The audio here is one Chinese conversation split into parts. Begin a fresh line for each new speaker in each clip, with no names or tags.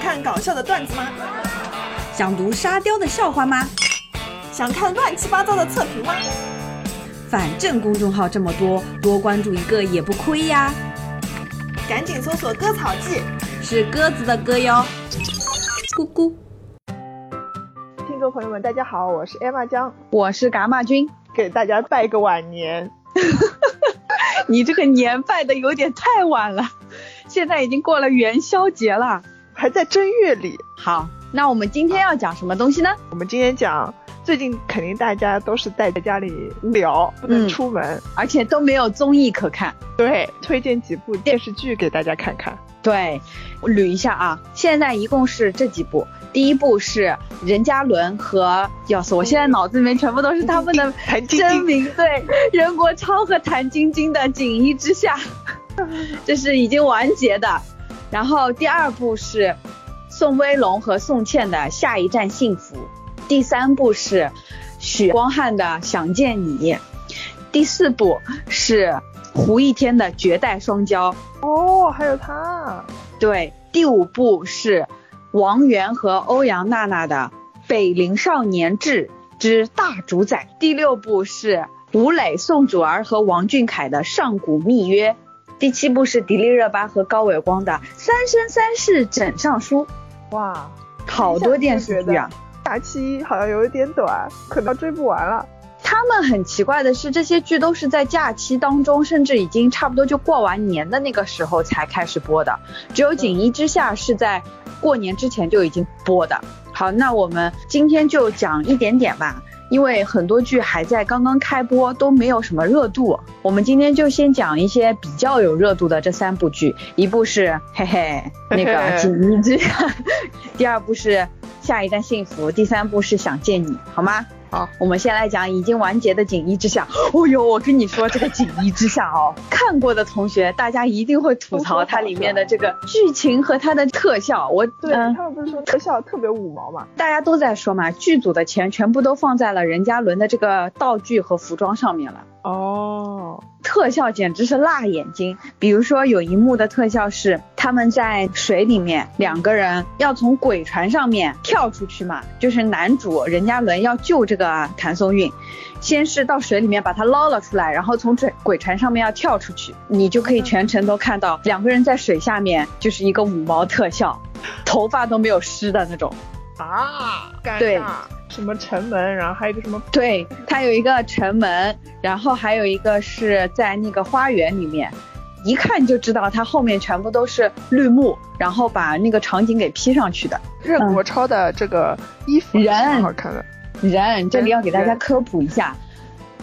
看搞笑的段子吗？
想读沙雕的笑话吗？
想看乱七八糟的测评吗？
反正公众号这么多，多关注一个也不亏呀。
赶紧搜索“割草记
是鸽子的歌哟，咕咕。”。
听众朋友们，大家好，我是 Emma 江，
我是蛤蟆君。
给大家拜个晚年。
你这个年拜的有点太晚了，现在已经过了元宵节了。
还在正月里，
好，那我们今天要讲什么东西呢？
我们今天讲，最近肯定大家都是待在家里无聊，不能
嗯
出门。
而且都没有综艺可看。
对，推荐几部电视剧给大家看看。
对，我捋一下啊，现在一共是这几部，第一部是任嘉伦和，要死，我现在脑子里面全部都是他们的
谭晶
真
晶，
名，对，任国超和谭晶晶的《锦衣之下》，这是已经完结的。然后第二部是宋威龙和宋茜的《下一站幸福》，第三部是许光汉的《想见你》，第四部是胡一天的《绝代双骄》。
哦，还有他，
对，第五部是王源和欧阳娜娜的《北陵少年志之大主宰》，第六部是吴磊、宋祖儿和王俊凯的《上古密约》，第七部是迪丽热巴和高伟光的《三生三世枕上书》。
哇，
好多电视剧啊！
假期好像有一点短，可能追不完了。
他们很奇怪的是，这些剧都是在假期当中，甚至已经差不多就过完年的那个时候才开始播的，只有《锦衣之下》是在过年之前就已经播的。好，那我们今天就讲一点点吧，因为很多剧还在刚刚开播，都没有什么热度。我们今天就先讲一些比较有热度的这三部剧，一部是嘿嘿那个
嘿嘿
《锦衣之 下》，第二部是《下一站幸福》，第三部是《想见你》，好吗？我们先来讲已经完结的《锦衣之下》。哦呦，我跟你说，这个《锦衣之下》哦， 看过的同学大家一定会吐槽它里面的这个剧情和它的特效。我
对、
嗯，
他们不是说特效特别五毛嘛？
大家都在说嘛，剧组的钱全部都放在了任嘉伦的这个道具和服装上面了。
哦，
特效简直是辣眼睛。比如说有一幕的特效是他们在水里面，两个人要从鬼船上面跳出去嘛，就是男主任嘉伦要救这个谭松韵，先是到水里面把他捞了出来，然后从水鬼船上面要跳出去，你就可以全程都看到两个人在水下面就是一个五毛特效，头发都没有湿的那种。
啊，尴尬
对
什么城门，然后还有一个什么，
对，它有一个城门，然后还有一个是在那个花园里面，一看就知道它后面全部都是绿幕，然后把那个场景给 P 上去的。
任国超的这个衣服
嗯人
还是蛮好看的，
人，这里要给大家科普一下，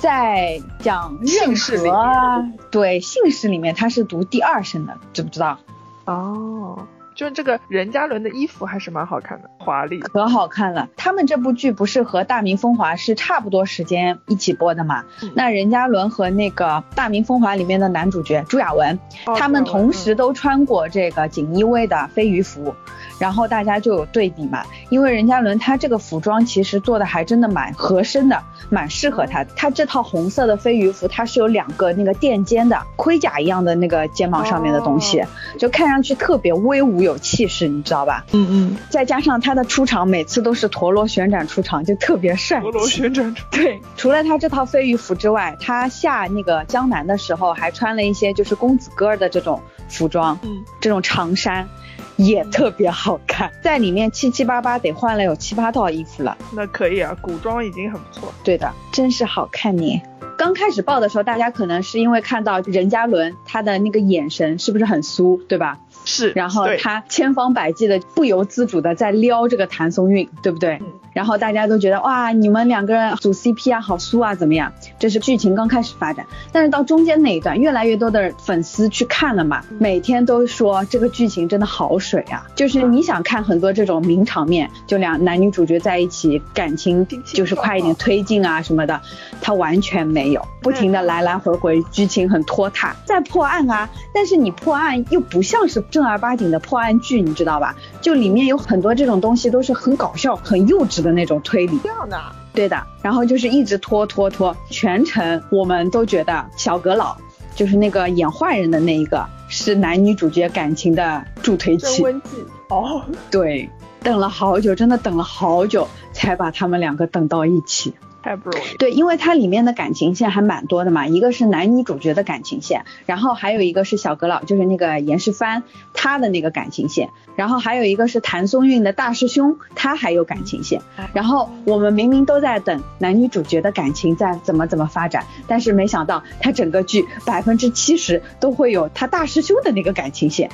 在讲任
姓氏里
何啊，对姓氏里面它是读第二声的，知不知道？
哦。就是这个任嘉伦的衣服还是蛮好看的，华丽。
可好看了。他们这部剧不是和《大明风华》是差不多时间一起播的嘛？
嗯
那任嘉伦和那个《大明风华》里面的男主角朱亚文，
哦
他们同时都穿过这个锦衣卫的飞鱼服，然后大家就有对比嘛。因为任嘉伦他这个服装其实做的还真的蛮合身的，蛮适合他的。他这套红色的飞鱼服，它是有两个那个垫肩的盔甲一样的那个肩膀上面的东西，
哦
就看上去特别威武有气势，你知道吧？
对，嗯
再加上他的出场每次都是陀螺旋转出场，就特别帅
嗯，
气。
陀螺旋转出
对，除了他这套飞鱼服之外，他下那个江南的时候还穿了一些就是公子哥儿的这种服装，
嗯，
这种长衫，也特别好看，在里面七七八八得换了有七八套衣服了。
那可以啊，古装已经很不错了。
对的，真是好看呢。刚开始报的时候，大家可能是因为看到任嘉伦他的那个眼神是不是很酥，对吧？
是，
然后
对
他千方百计的不由自主的在撩这个谭松韵，对不对？
嗯
然后大家都觉得哇，你们两个人组 CP 啊，好酥啊，怎么样？这是剧情刚开始发展，但是到中间那一段，越来越多的粉丝去看了
嗯
嘛，每天都说这个剧情真的好水啊，就是
嗯
你想看很多这种名场面，就两男女主角在一起，感情就是快一点推进啊什么的，他完全没有，不停
嗯
的来来回回，剧情很拖沓，在破案啊，但是你破案又不像是正儿八经的破案剧，你知道吧？就里面有很多这种东西都是很搞笑、很幼稚的那种推理。
这样的啊，
对的，然后就是一直拖拖拖，全程我们都觉得小阁老就是那个演坏人的那一个是男女主角感情的助推
升
器。
温剂哦，
对，等了好久，真的等了好久才把他们两个等到一起。
太不容易。
对，因为它里面的感情线还蛮多的嘛，一个是男女主角的感情线，然后还有一个是小阁老，就是那个严世蕃他的那个感情线，然后还有一个是谭松韵的大师兄，他还有感情线。然后我们明明都在等男女主角的感情在怎么怎么发展，但是没想到他整个剧百分之七十都会有他大师兄的那个感情线，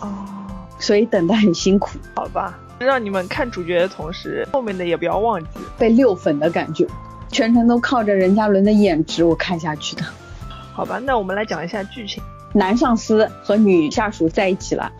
哦，
所以等得很辛苦，
好吧，让你们看主角的同时，后面的也不要忘记。
被六粉的感觉，全程都靠着任嘉伦的颜值我看下去的。
好吧，那我们来讲一下剧情
男上司和女下属在一起了，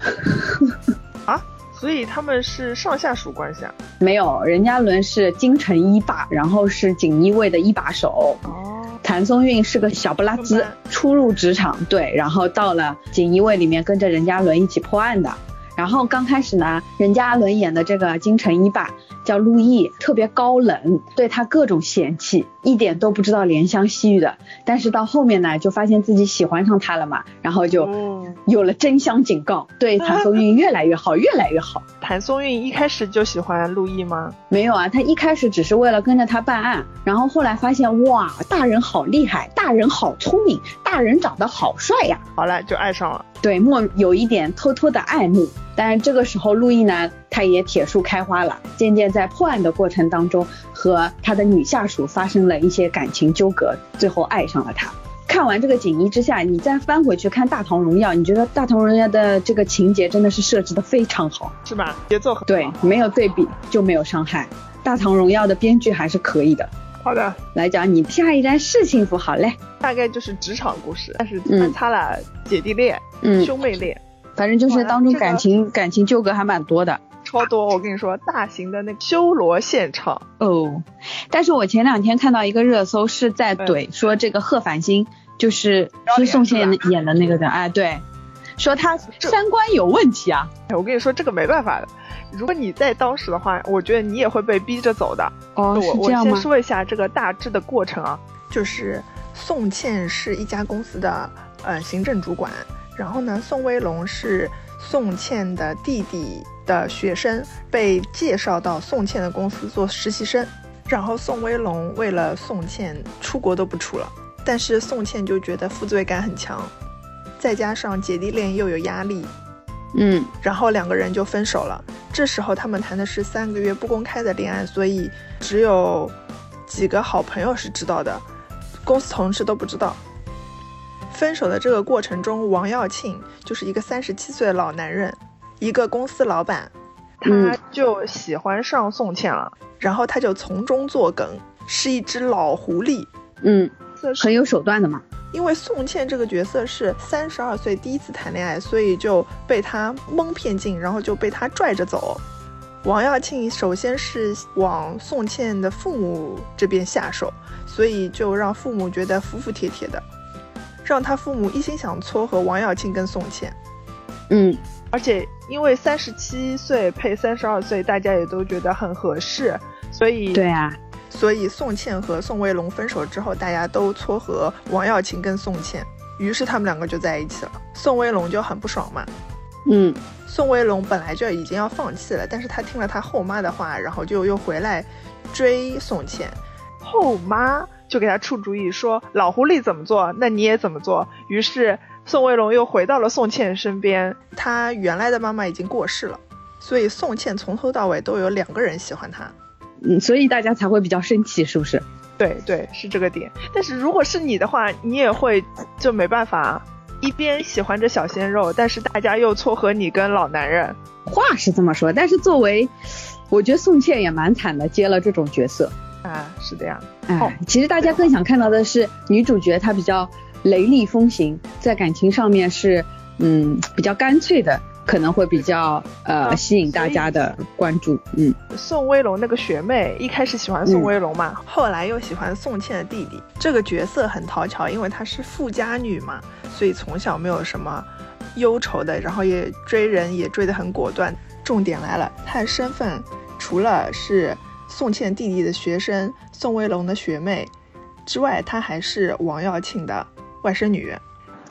啊。所以他们是上下属关系啊。
没有，任嘉伦是京城一霸，然后是锦衣卫的一把手。
哦，
谭松韵是个小不拉
明
几
白，
初入职场，对，然后到了锦衣卫里面跟着任嘉伦一起破案的。然后刚开始呢，任嘉伦演的这个京城一霸叫陆毅，特别高冷，对他各种嫌弃，一点都不知道怜香惜玉的。但是到后面呢，就发现自己喜欢上他了嘛，然后就
嗯
有了真香警告，对谭松韵越来越好，越来越好。
谭松韵一开始就喜欢陆毅吗？
没有啊，他一开始只是为了跟着他办案，然后后来发现哇，大人好厉害，大人好聪明，大人长得好帅呀、
好了，就爱上了。
对，莫有一点偷偷的爱慕。但是这个时候，陆毅呢，他也铁树开花了，渐渐在破案的过程当中，和他的女下属发生了一些感情纠葛，最后爱上了他。看完这个《锦衣之下》，你再翻回去看《大唐荣耀》，你觉得《大唐荣耀》的这个情节真的是设置的非常好。
是吧？节奏很
对，没有对比就没有伤害。《大唐荣耀》的编剧还是可以的。
好的，
来讲你下一站是幸福，好嘞，
大概就是职场故事，但是
嗯
穿插了姐弟恋、
嗯，
兄妹恋，
反正就是当中感情、感情纠葛还蛮多的
超多。我跟你说，大型的那个修罗现场，
哦。但是我前两天看到一个热搜是在怼说这个贺繁星就是
是
是宋茜
吧
演的那个的，哎，对，说他三观有问题啊。
哎我跟你说这个没办法的。如果你在当时的话，我觉得你也会被逼着走的。
哦，
我
是
我
这样
先
吗？
说一下这个大致的过程啊，就是宋茜是一家公司的呃行政主管，然后呢，宋威龙是宋茜的弟弟的学生，被介绍到宋茜的公司做实习生，然后宋威龙为了宋茜出国都不出了，但是宋茜就觉得负罪感很强，再加上姐弟恋又有压力，
嗯
然后两个人就分手了。这时候他们谈的是三个月不公开的恋爱，所以只有几个好朋友是知道的，公司同事都不知道。分手的这个过程中，王耀庆就是一个三十七岁的老男人，一个公司老板，
嗯
他就喜欢上宋茜了，然后他就从中作梗，是一只老狐狸。
嗯，
这是
很有手段的嘛。
因为宋茜这个角色是三十二岁第一次谈恋爱，所以就被他蒙骗进，然后就被他拽着走。王耀庆首先是往宋茜的父母这边下手，所以就让父母觉得服服帖帖的，让他父母一心想撮合王耀庆跟宋茜。
嗯
而且因为三十七岁配三十二岁，大家也都觉得很合适，所以
对啊，
所以宋茜和宋威龙分手之后，大家都撮合王耀庆跟宋茜，于是他们两个就在一起了。宋威龙就很不爽嘛，
嗯
宋威龙本来就已经要放弃了，但是他听了他后妈的话，然后就又回来追宋茜，后妈就给他出主意说老狐狸怎么做，那你也怎么做。于是宋威龙又回到了宋茜身边，他原来的妈妈已经过世了，所以宋茜从头到尾都有两个人喜欢他。
嗯，所以大家才会比较生气，是不是？
对对，是这个点。但是如果是你的话，你也会就没办法，一边喜欢着小鲜肉，但是大家又撮合你跟老男人。
话是这么说，但是作为，我觉得宋茜也蛮惨的，接了这种角色。
啊，是这样。
哎，
哦
其实大家更想看到的是女主角她比较雷厉风行，在感情上面是嗯比较干脆的，可能会比较呃
啊
吸引大家的关注。嗯
宋威龙那个学妹一开始喜欢宋
嗯
威龙嘛，后来又喜欢宋茜的弟弟。这个角色很讨巧，因为她是富家女嘛，所以从小没有什么忧愁的，然后也追人也追得很果断。重点来了，她的身份除了是宋茜弟弟的学生、宋威龙的学妹之外，她还是王耀庆的外甥女。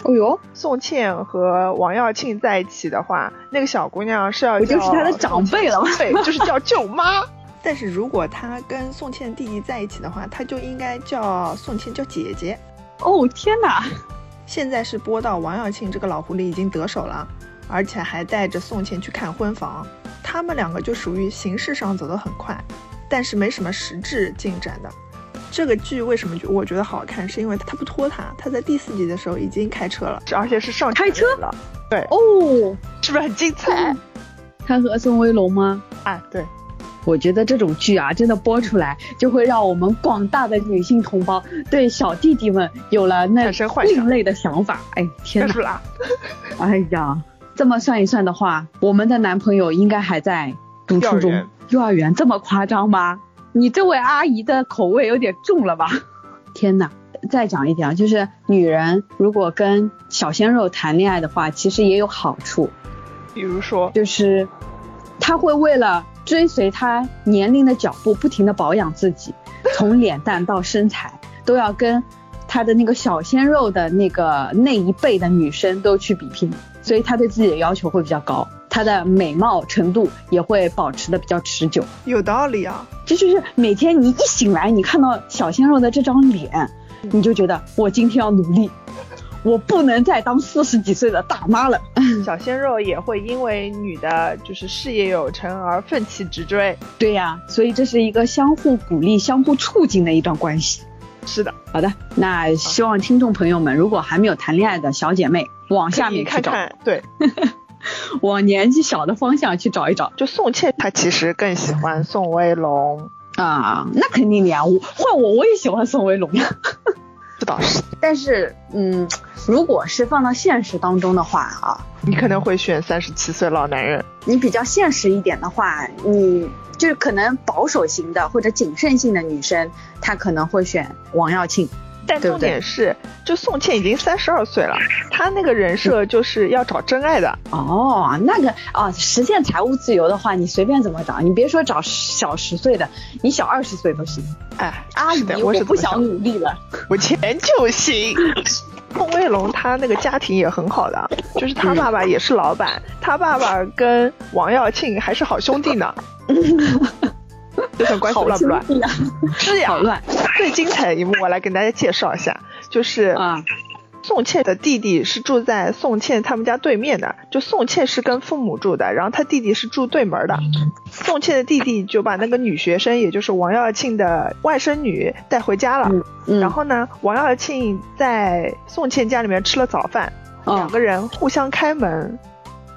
哦哟，
宋茜和王耀庆在一起的话，那个小姑娘是要
我就是
叫
她的长辈了
宋茜对，就是叫舅妈。 但是如果她跟宋茜弟弟在一起的话，她就应该叫宋茜叫姐姐。
哦天哪，
现在是播到王耀庆这个老狐狸已经得手了，而且还带着宋茜去看婚房。他们两个就属于形式上走得很快，但是没什么实质进展的。这个剧为什么我觉得好看，是因为他不拖沓，他在第四集的时候已经开车了，而且是上
开车
了，
哦，
是不是很精彩？
他和宋威龙吗？
啊，对，
我觉得这种剧啊，真的播出来就会让我们广大的女性同胞对小弟弟们有了那
产生幻
另
想，
类的想法。哎，天
结
哪
束！了啊。
哎呀，这么算一算的话，我们的男朋友应该还在读初
幼儿
中
园、
幼儿园，这么夸张吗？你这位阿姨的口味有点重了吧？天哪！再讲一点啊，就是女人如果跟小鲜肉谈恋爱的话，其实也有好处，
比如说，
就是她会为了追随她年龄的脚步，不停的保养自己，从脸蛋到身材都要跟她的那个小鲜肉的那个那一辈的女生都去比拼，所以她对自己的要求会比较高，她的美貌程度也会保持的比较持久。
有道理啊，
这就是每天你一醒来，你看到小鲜肉的这张脸，你就觉得我今天要努力，我不能再当四十几岁的大妈了。
小鲜肉也会因为女的就是事业有成而奋起直追。
对呀、所以这是一个相互鼓励、相互促进的一段关系。
是的，
好的，那希望听众朋友们，如果还没有谈恋爱的小姐妹，往下
可以
面
看
去找，
看，对，
往年纪小的方向去找一找
就宋茜她其实更喜欢宋威龙，
啊，那肯定的呀。我换我，我也喜欢宋威龙呀。
这倒是，
但是，嗯，如果是放到现实当中的话啊，
你可能会选三十七岁老男人。
你比较现实一点的话，你就是可能保守型的或者谨慎性的女生，她可能会选王耀庆。
但
对
重
不对
点是，就宋茜已经三十二岁了，她那个人设就是要找真爱的，
哦，那个啊，实现财务自由的话，你随便怎么找，你别说找小十岁的，你小二十岁都行。
哎，
阿姨
是，的，
我
我是
不
这么
想
的
努力了。
我钱就行。宋威龙他那个家庭也很好的，就是他爸爸也是老板，他爸爸跟王耀庆还是好兄弟呢， 这算关系
嗯好
乱不乱？
兄弟啊，
是呀
好，乱
最精彩的一幕我来给大家介绍一下，就是
啊！
宋茜的弟弟是住在宋茜他们家对面的，就宋茜是跟父母住的，然后她弟弟是住对门的。
嗯
宋茜的弟弟就把那个女学生，也就是王耀庆的外甥女带回家了。
嗯，
然后呢，王耀庆在宋茜家里面吃了早饭，两
嗯
个人互相开门。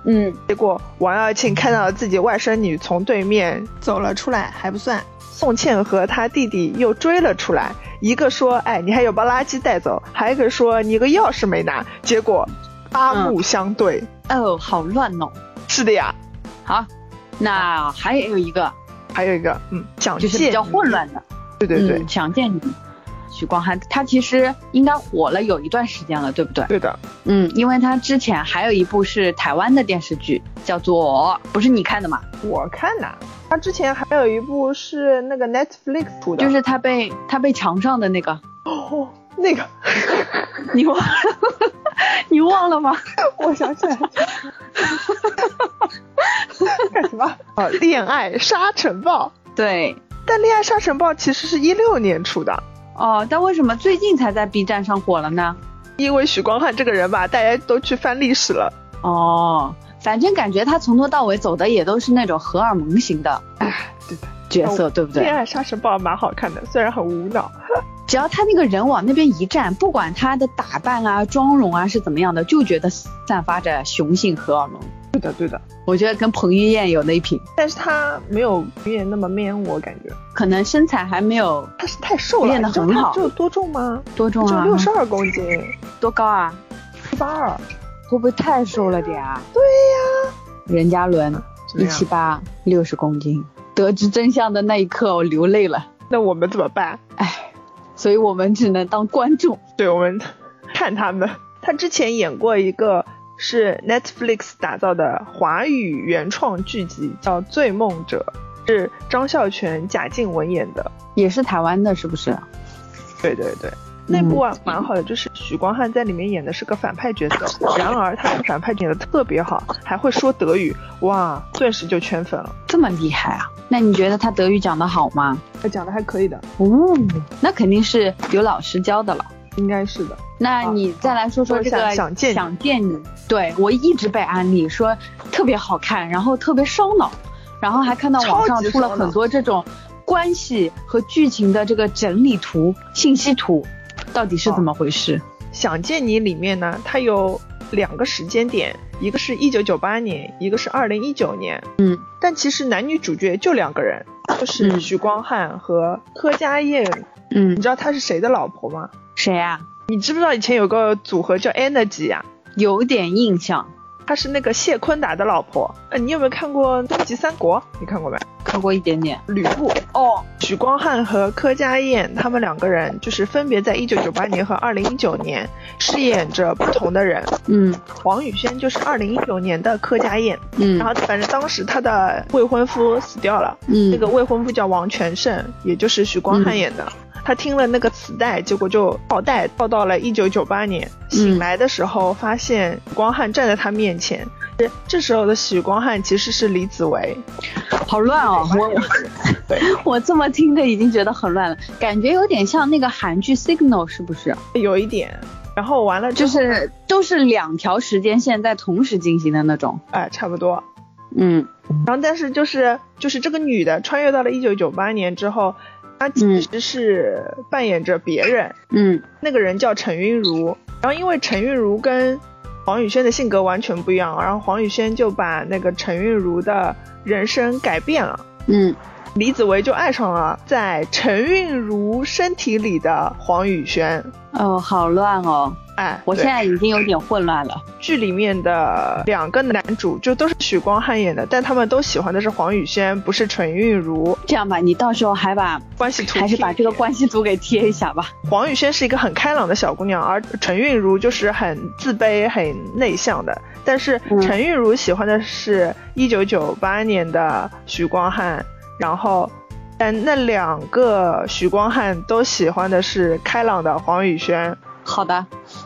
嗯，
结果王耀庆看到自己外甥女从对面走了出来，还不算，宋茜和她弟弟又追了出来。一个说：“哎，你还有包垃圾带走。”还有一个说：“你有个钥匙没拿。”结果八目相对。
哦，好乱哦。
是的呀，
好，那还有一个
还有一个，嗯，想
就是比
见
较
你
混。乱的，
对对对，
嗯想见你。许光汉，他其实应该火了有一段时间了，对不对？
对的，
嗯，因为他之前还有一部是台湾的电视剧，叫做不是你看的嘛，
我看呐、他之前还有一部是那个 Netflix 出的，
就是他被他被墙上的那个，
哦，那个，
你忘 你忘了吗？
我想起来了，干什 么？哦，恋爱沙尘暴。
对，
但《恋爱沙尘暴》其实是一六年出的，
哦，但为什么最近才在 B 站上火了呢？
因为许光汉这个人吧，大家都去翻历史了。
哦，反正感觉他从头到尾走的也都是那种荷尔蒙型的
哎，对的，
角色，对不
《恋
对？
爱沙尘暴》蛮好看的，虽然很无脑。
只要他那个人往那边一站，不管他的打扮啊、妆容啊是怎么样的，就觉得散发着雄性荷尔蒙。
对的，对的，
我觉得跟彭于晏有那一拼，
但是他没有练那么 man，我感觉
可能身材还没有
他是太瘦了。
练得
你知道
很
他
好
只有多重吗？
多重
只有
啊，
六十二公斤，
多高啊？
一八二。
会不会太瘦了点啊？
对呀、
任嘉伦
怎么
一
样
七八，六十公斤。得知真相的那一刻，我流泪了。
那我们怎么办？
所以我们只能当观众。
对我们看他们。他之前演过一个是 Netflix 打造的华语原创剧集，叫《醉梦者》，是张孝全、贾静雯演的。
也是台湾的，是不是？
对对对，那部
嗯
啊蛮好的，就是许光汉在里面演的是个反派角色，然而他的反派演的特别好，还会说德语，哇，顿时就圈粉了。
这么厉害啊？那你觉得他德语讲得好吗？
他讲的还可以的，
哦，那肯定是有老师教的了。
应该是的。
那你再来说说这
啊
个
我想想见你
想见你，对我一直被安利说特别好看，然后特别烧脑，然后还看到网上
超级
出了
烧脑
很多这种关系和剧情的这个整理图、信息图，到底
啊
是怎么回事？
想见你里面呢，它有两个时间点，一个是一九九八年，一个是二零一九年。
嗯，
但其实男女主角就两个人，就是
嗯
许光汉和柯佳燕。你
嗯，
知道她是谁的老婆吗？
谁啊？
你知不知道以前有个组合叫 Energy 啊？
有点印象，
她是那个谢坤达的老婆。呃，你有没有看过《终极三国》？你看过没？
看过一点点。
吕布哦，许光汉和柯佳燕他们两个人就是分别在一九九八年和二零一九年饰演着不同的人。
嗯
黄宇轩就是二零一九年的柯佳燕，
嗯
然后反正当时她的未婚夫死掉了，
嗯
那个未婚夫叫王全胜，也就是许光汉演的。他听了那个磁带，结果就报带报到了一九九八年。
嗯
醒来的时候，发现许光汉站在他面前。这这时候的许光汉其实是李子维，
好乱 哦，我
对，
我这么听着已经觉得很乱了，感觉有点像那个韩剧《Signal》，是不是？
有一点。然后完了之
就
后，
是都是两条时间线在同时进行的那种。
哎，差不多。
嗯
然后但是就是就是这个女的穿越到了一九九八年之后，她其实是扮演着别人，
嗯
那个人叫陈韵如。然后因为陈韵如跟黄宇轩的性格完全不一样，然后黄宇轩就把那个陈韵如的人生改变了。
嗯，
李子维就爱上了在陈韵如身体里的黄宇轩。
哦，好乱哦，
哎，
我
对
现在已经有点混乱了。
剧里面的两个男主就都是许光汉演的，但他们都喜欢的是黄宇轩，不是陈韵如。
这样吧，你到时候还把
关系图
还是把
贴
这
一
个
贴
关系图给贴一下吧。
黄宇轩是一个很开朗的小姑娘，而陈韵如就是很自卑、很内向的。但是
嗯
陈韵如喜欢的是一九九八年的许光汉，然后，但那两个许光汉都喜欢的是开朗的黄宇轩，
好的，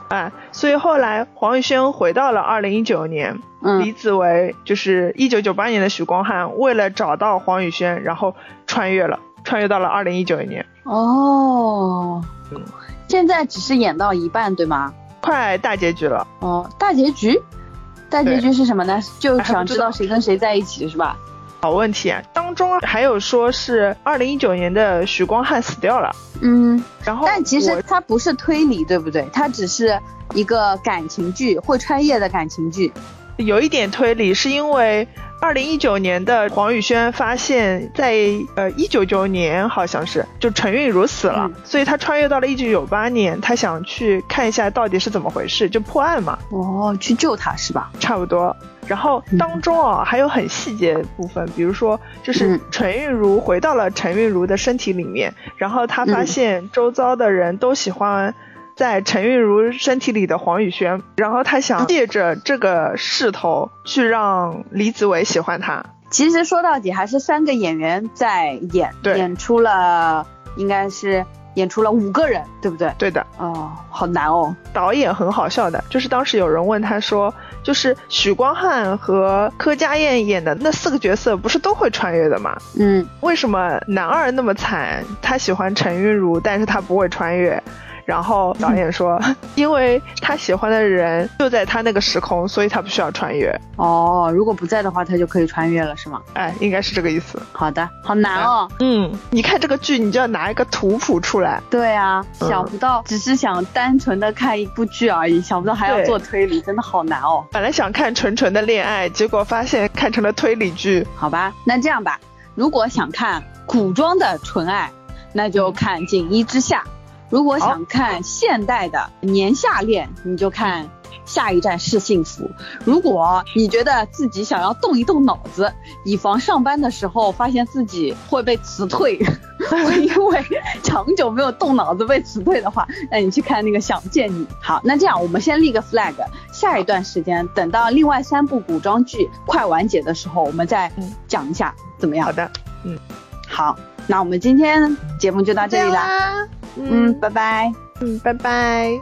哎，所以后来黄宇轩回到了二零一九年，李
嗯，
子维就是一九九八年的许光汉，为了找到黄宇轩，然后穿越了，穿越到了二零一九年。
哦
嗯，
现在只是演到一半对吗？
快大结局了，
哦，大结局，大结局是什么呢？就
还
想
不知
知道
道
谁跟谁在一起是吧？
好问题啊！当中还有说是二零一九年的许光汉死掉了，
嗯，
然后
但其
我
实它不是推理，对不对？它只是一个感情剧，会穿越的感情剧。
有一点推理，是因为二零一九年的黄宇轩发现在，呃一九九年好像是就陈韵如死
嗯
了，所以他穿越到了一九九八年，他想去看一下到底是怎么回事，就破案嘛，
哦，去救他是吧？
差不多。然后当中啊、还有很细节的部分，比如说就是
嗯
陈韵如回到了陈韵如的身体里面，然后她发
嗯
现周遭的人都喜欢在陈韵如身体里的黄宇轩，然后她想借着这个势头去让李子维喜欢她。
其实说到底还是三个演员在演，
对
演出了应该是演出了五个人，对不对？
对的，
哦，好难哦。
导演很好笑的，就是当时有人问他说，就是许光汉和柯佳燕演的那四个角色不是都会穿越的吗？
嗯
为什么男二那么惨？他喜欢陈韵如，但是他不会穿越。然后导演 说，因为他喜欢的人就在他那个时空，所以他不需要穿越。
哦，如果不在的话，他就可以穿越了，是吗？
哎，应该是这个意思。
好的，好难哦。
嗯，你看这个剧，你就要拿一个图谱出来。
对啊，
嗯
想不到，只是想单纯的看一部剧而已，想不到还要
对
做推理，真的好难哦。
本来想看纯纯的恋爱，结果发现看成了推理剧。
好吧，那这样吧，如果想看古装的纯爱，那就看《锦衣之下》；如果想看现代的年下恋，你就看《下一站是幸福》。如果你觉得自己想要动一动脑子，以防上班的时候发现自己会被辞退，会因为长久没有动脑子被辞退的话，那你去看那个《想见你》。好，那这样我们先立个 flag，下一段时间等到另外三部古装剧快完结的时候，我们再
嗯
讲一下，怎么样
好？的，
好，那我们今天节目就到这里啦，
啦。
嗯，拜拜。
嗯，拜拜。